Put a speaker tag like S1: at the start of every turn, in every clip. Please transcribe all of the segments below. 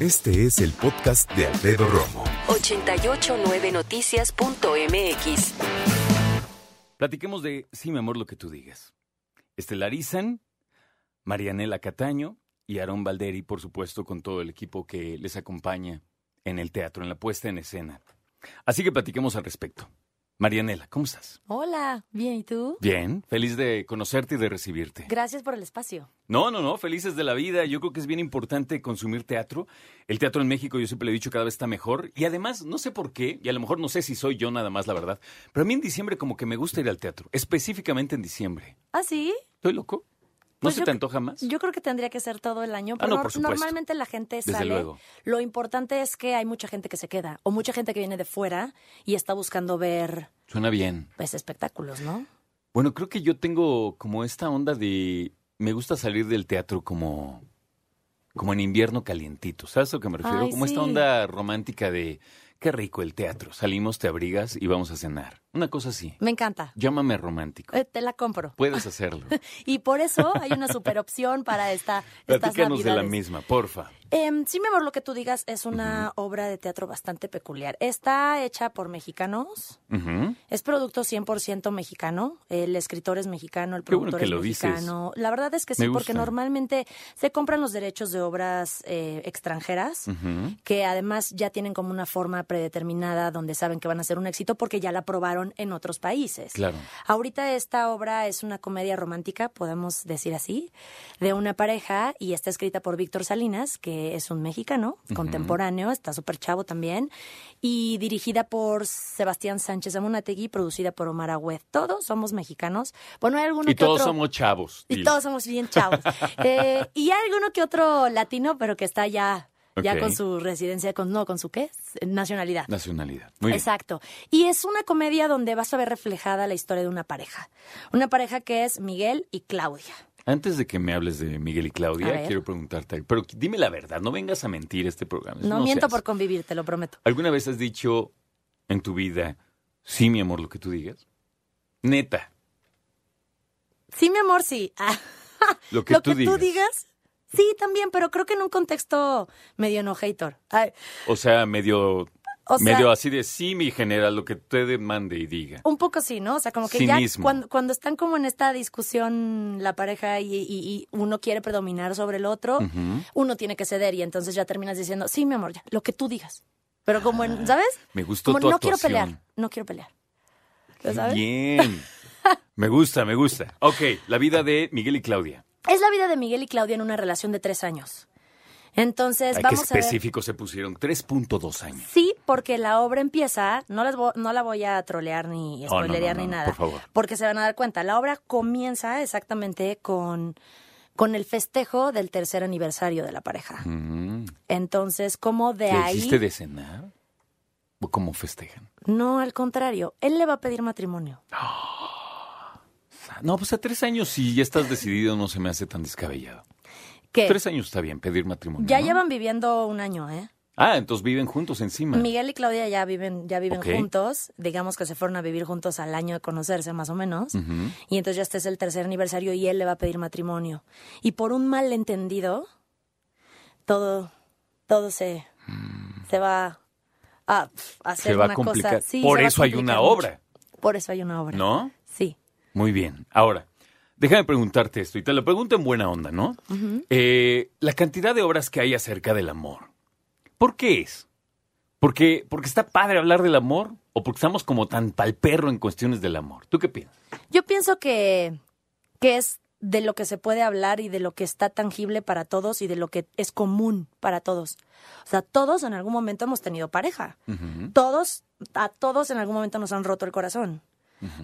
S1: Este es el podcast de Alfredo Romo.
S2: 889noticias.mx.
S3: Platiquemos de Sí, mi amor, lo que tú digas. Estelarizan Marianela Cataño y Aarón Valderi, por supuesto, con todo el equipo que les acompaña en el teatro, en la puesta en escena. Así que platiquemos al respecto. Marianela, ¿cómo estás?
S4: Hola, bien, ¿y tú?
S3: Bien, feliz de conocerte y de recibirte.
S4: Gracias por el espacio.
S3: No, no, no, felices de la vida. Yo creo que es bien importante consumir teatro. El teatro en México, yo siempre lo he dicho, cada vez está mejor. Y además, no sé por qué, y a lo mejor no sé si soy yo nada más, la verdad, pero a mí en diciembre como que me gusta ir al teatro, específicamente en diciembre.
S4: ¿Ah, sí?
S3: ¿Estoy loco? ¿No
S4: Pues
S3: se
S4: yo
S3: te
S4: cre-
S3: antoja más?
S4: Yo creo que tendría que ser todo el año, pero
S3: Ah, no,
S4: nor-
S3: por supuesto.
S4: normalmente la gente
S3: Desde
S4: sale.
S3: luego.
S4: Lo importante es que hay mucha gente que se queda o mucha gente que viene de fuera y está buscando ver
S3: Suena bien.
S4: pues espectáculos, ¿no?
S3: Bueno, creo que yo tengo como esta onda de... Me gusta salir del teatro como... Como en invierno calientito, ¿sabes a lo que me refiero?
S4: Ay,
S3: como
S4: sí.
S3: esta onda romántica de... Qué rico el teatro. Salimos, te abrigas y vamos a cenar. Una cosa así.
S4: Me encanta.
S3: Llámame romántico.
S4: Eh, te la compro.
S3: Puedes hacerlo.
S4: Y por eso hay una super opción para esta estas
S3: Platícanos de la
S4: navidades.
S3: misma, porfa.
S4: Em, sí, mi amor, lo que tú digas es una obra de teatro bastante peculiar. Está hecha por mexicanos.
S3: Ujú.
S4: Es producto 100% mexicano, el escritor es mexicano, el
S3: Qué bueno que
S4: productor
S3: lo
S4: es
S3: dices.
S4: mexicano. La verdad es que sí,
S3: Me
S4: porque
S3: gusta.
S4: normalmente se compran los derechos de obras eh, extranjeras,
S3: Ujú.
S4: que además ya tienen como una forma predeterminada donde saben que van a ser un éxito porque ya la probaron en otros países.
S3: Claro.
S4: Ahorita esta obra es una comedia romántica, podemos decir así, de una pareja y está escrita por Víctor Salinas, que es un mexicano contemporáneo, está súper chavo también, y dirigida por Sebastián Sánchez Amunategui, producida por Omar Agüed. Todos somos mexicanos. Bueno, hay alguno
S3: Y
S4: que
S3: todos
S4: otro-
S3: somos chavos.
S4: y
S3: dile.
S4: todos somos bien chavos. Eh, y hay alguno que otro latino, pero que está ya, ya
S3: Ok.
S4: con su residencia, con no, con su qué, eh, nacionalidad.
S3: Nacionalidad. Muy bien.
S4: Exacto. Y es una comedia donde vas a ver reflejada la historia de una pareja. Una pareja que es Miguel y Claudia.
S3: Antes de que me hables de Miguel y
S4: A
S3: Claudia,
S4: ver.
S3: quiero preguntarte, algo. pero dime la verdad, no vengas a mentir este programa.
S4: No, miento
S3: seas-
S4: por convivir, te lo prometo.
S3: ¿Alguna vez has dicho en tu vida, sí, mi amor, lo que tú digas? Neta,
S4: Sí, mi amor, sí. Ah,
S3: lo que,
S4: lo
S3: tú,
S4: que
S3: digas.
S4: tú digas, sí, también, pero creo que en un contexto medio no hater. Ay,
S3: O sea, medio,
S4: o sea,
S3: medio así de sí, mi general, lo que te demande y diga.
S4: Un poco sí, ¿no? O sea, como que
S3: Cinismo.
S4: ya cuando, cuando están como en esta discusión la pareja y, y- y uno quiere predominar sobre el otro, uno tiene que ceder y entonces ya terminas diciendo, sí, mi amor, ya, lo que tú digas. Pero como en, ¿sabes?
S3: Ah, Me gustó
S4: Como
S3: tu
S4: no quiero
S3: actuación.
S4: pelear, no quiero pelear. ¿Lo
S3: Qué
S4: sabes?
S3: Bien. Me gusta, me gusta. Ok, la vida de Miguel y Claudia.
S4: Es la vida de Miguel y Claudia en una relación de tres años. Entonces,
S3: Ay, qué
S4: Pues vamos a ver.
S3: específicos se pusieron. 3.2 años.
S4: Sí, porque la obra empieza, no, les vo- no la voy a trolear ni
S3: Oh, no,
S4: spoilerear
S3: no,
S4: ni
S3: no,
S4: nada,
S3: por favor.
S4: porque se van a dar cuenta. La obra comienza exactamente con, con el festejo del tercer aniversario de la pareja.
S3: Mm.
S4: Entonces, como de
S3: ¿Le
S4: ahí...
S3: hiciste de cenar? ¿O cómo festejan?
S4: No, al contrario, él le va a pedir matrimonio.
S3: No, pues a tres años sí, ya estás decidido, no se me hace tan descabellado.
S4: Que
S3: Tres años está bien, pedir matrimonio.
S4: ya
S3: ¿no?
S4: llevan viviendo un año, ¿eh?
S3: Ah, entonces viven juntos encima.
S4: Miguel y Claudia ya viven, ya viven
S3: Ok.
S4: juntos, digamos que se fueron a vivir juntos al año de conocerse más o menos, y entonces ya este es el tercer aniversario y él le va a pedir matrimonio. Y por un malentendido, todo, todo se, se va a pf, hacer
S3: Mm. se va a
S4: una
S3: complicar.
S4: cosa. Sí,
S3: Por
S4: se va a
S3: eso hay una obra,
S4: complicar mucho. Por eso hay una obra.
S3: ¿no?
S4: Sí.
S3: Muy bien. Ahora, déjame preguntarte esto, y te lo pregunto en buena onda, ¿no? Eh, la cantidad de obras que hay acerca del amor, ¿por qué es? ¿Porque, ¿Porque está padre hablar del amor o porque estamos como tan pal perro en cuestiones del amor? ¿Tú qué piensas?
S4: Yo pienso que, que es de lo que se puede hablar y de lo que está tangible para todos y de lo que es común para todos. O sea, todos en algún momento hemos tenido pareja. Todos, a todos en algún momento nos han roto el corazón.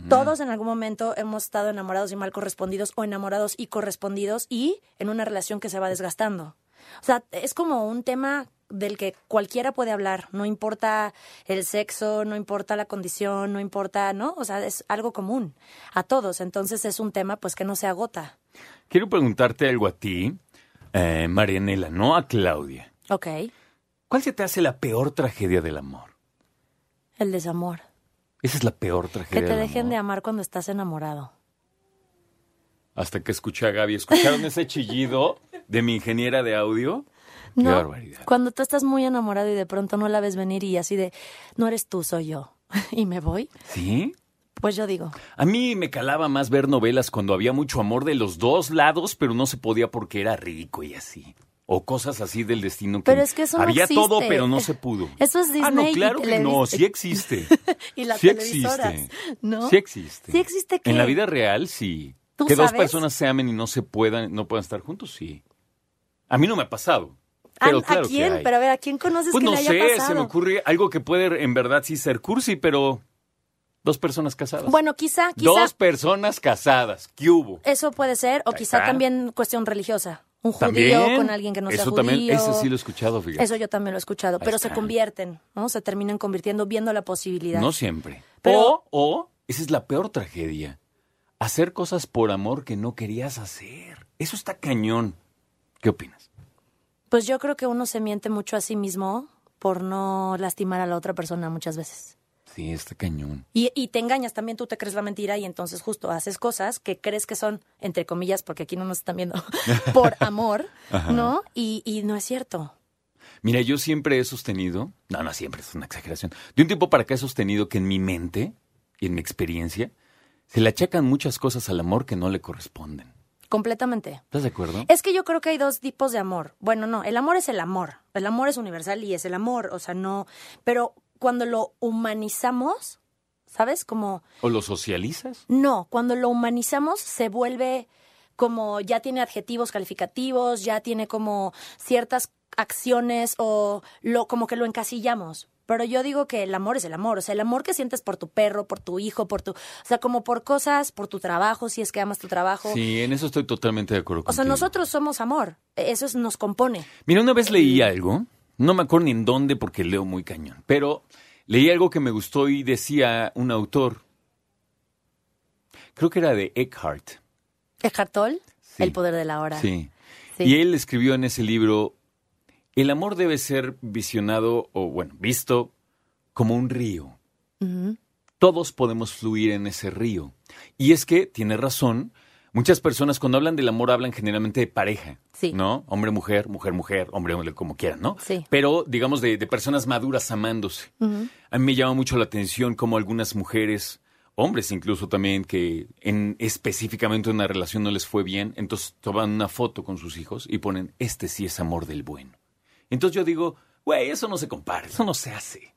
S4: Todos en algún momento hemos estado enamorados y mal correspondidos o enamorados y correspondidos y en una relación que se va desgastando. O sea, es como un tema del que cualquiera puede hablar, no importa el sexo, no importa la condición, no importa, ¿no? O sea, es algo común a todos, entonces es un tema pues que no se agota.
S3: Quiero preguntarte algo a ti, eh, Marianela, no a Claudia.
S4: Ok,
S3: ¿Cuál se te hace la peor tragedia del amor?
S4: el desamor,
S3: Esa es la peor
S4: que
S3: tragedia
S4: te
S3: del
S4: dejen
S3: amor.
S4: de amar cuando estás enamorado.
S3: Hasta que escuché a Gaby. ¿Escucharon ese chillido de mi ingeniera de audio? Qué
S4: No.
S3: barbaridad.
S4: Cuando tú estás muy enamorado y de pronto no la ves venir y así de, no eres tú, soy yo. y me voy,
S3: ¿Sí?
S4: pues yo digo,
S3: A mí me calaba más ver novelas cuando había mucho amor de los dos lados, pero no se podía porque era rico y así. O cosas así del destino que
S4: Pero es que eso no
S3: había todo,
S4: existe.
S3: pero no se pudo.
S4: Eso es
S3: Ah, no,
S4: Disney y
S3: claro que no,
S4: Televis-
S3: sí existe.
S4: y las
S3: sí
S4: televisoras,
S3: existe.
S4: ¿no?
S3: Sí existe.
S4: Sí existe qué?
S3: En la vida real, sí.
S4: ¿Tú
S3: que dos
S4: sabes?
S3: personas se amen y no se puedan, no puedan estar juntos, sí. A mí no me ha pasado.
S4: ¿A-
S3: Pero
S4: ¿A,
S3: claro que
S4: quién?
S3: hay.
S4: Pero a ver, ¿a quién conoces
S3: pues
S4: que
S3: no
S4: le haya
S3: sé,
S4: pasado?
S3: se me ocurre algo que puede en verdad sí ser cursi, pero dos personas casadas.
S4: Bueno, quizá, quizá
S3: dos personas casadas. ¿Qué hubo?
S4: eso puede ser, o quizá
S3: está.
S4: también cuestión religiosa. Un judío
S3: También.
S4: con alguien que no
S3: eso
S4: sea
S3: también,
S4: judío.
S3: ese sí lo he escuchado, fíjate.
S4: Eso yo también lo he escuchado,
S3: Ahí
S4: pero se
S3: está.
S4: convierten, ¿no? Se terminan convirtiendo viendo la posibilidad.
S3: No siempre. o,
S4: Pero-
S3: o, esa es la peor tragedia. Hacer cosas por amor que no querías hacer. Eso está cañón. ¿Qué opinas?
S4: Pues yo creo que uno se miente mucho a sí mismo por no lastimar a la otra persona muchas veces.
S3: Sí, está cañón.
S4: Y, y te engañas también, tú te crees la mentira y entonces justo haces cosas que crees que son, entre comillas, porque aquí no nos están viendo, por amor, ¿no? Y, y no es cierto.
S3: Mira, yo siempre he sostenido, no, no siempre, es una exageración, de un tiempo para acá he sostenido que en mi mente y en mi experiencia se le achacan muchas cosas al amor que no le corresponden.
S4: Completamente.
S3: ¿Estás de acuerdo?
S4: Es que yo creo que hay dos tipos de amor. Bueno, no, el amor es el amor. El amor es universal y es el amor, o sea, no. Pero cuando lo humanizamos, ¿sabes? Como,
S3: ¿O lo socializas?
S4: no, cuando lo humanizamos se vuelve como, ya tiene adjetivos calificativos, ya tiene como ciertas acciones o lo, como que lo encasillamos. Pero yo digo que el amor es el amor, o sea, el amor que sientes por tu perro, por tu hijo, por tu, o sea, como por cosas, por tu trabajo, si es que amas tu trabajo.
S3: Sí, en eso estoy totalmente de acuerdo
S4: O sea,
S3: contigo.
S4: nosotros somos amor. Eso es- nos compone.
S3: Mira, una vez leí algo, no me acuerdo ni en dónde porque leo muy cañón, pero leí algo que me gustó y decía un autor, creo que era de Eckhart.
S4: Eckhart Tolle,
S3: Sí.
S4: el poder de la hora.
S3: Sí.
S4: Sí.
S3: Y él escribió en ese libro, el amor debe ser visionado o, bueno, visto como un río.
S4: Ujú.
S3: Todos podemos fluir en ese río. Y es que, tiene razón, muchas personas cuando hablan del amor hablan generalmente de pareja.
S4: Sí.
S3: ¿No? Hombre, mujer, mujer, mujer, hombre, hombre, como quieran, ¿no?
S4: Sí.
S3: Pero, digamos, de, de personas maduras amándose.
S4: Ujú.
S3: A mí me llama mucho la atención cómo algunas mujeres, hombres incluso también, que en específicamente una relación no les fue bien, entonces toman una foto con sus hijos y ponen, este sí es amor del bueno. Entonces yo digo, güey, eso no se compara, eso no se hace.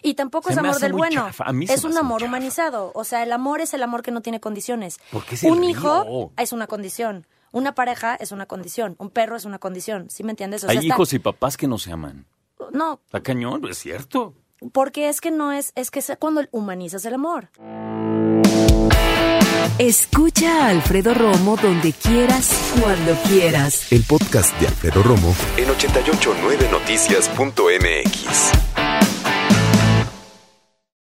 S4: Y tampoco
S3: Se
S4: es
S3: me
S4: amor
S3: hace
S4: del
S3: muy
S4: bueno.
S3: chafa. A mí se
S4: es
S3: me
S4: un
S3: hace muy
S4: amor
S3: chafa.
S4: humanizado. O sea, el amor es el amor que no tiene condiciones.
S3: Porque es el
S4: un
S3: río. Oh.
S4: hijo es una condición. Una pareja es una condición. Un perro es una condición. ¿Sí me entiendes? O sea,
S3: Hay
S4: está-
S3: hijos y papás que no se aman.
S4: No,
S3: Está cañón, es cierto.
S4: porque es que no es. Es que es cuando humanizas el amor.
S2: Escucha a Alfredo Romo donde quieras, cuando quieras.
S1: El podcast de Alfredo Romo en 889noticias.mx.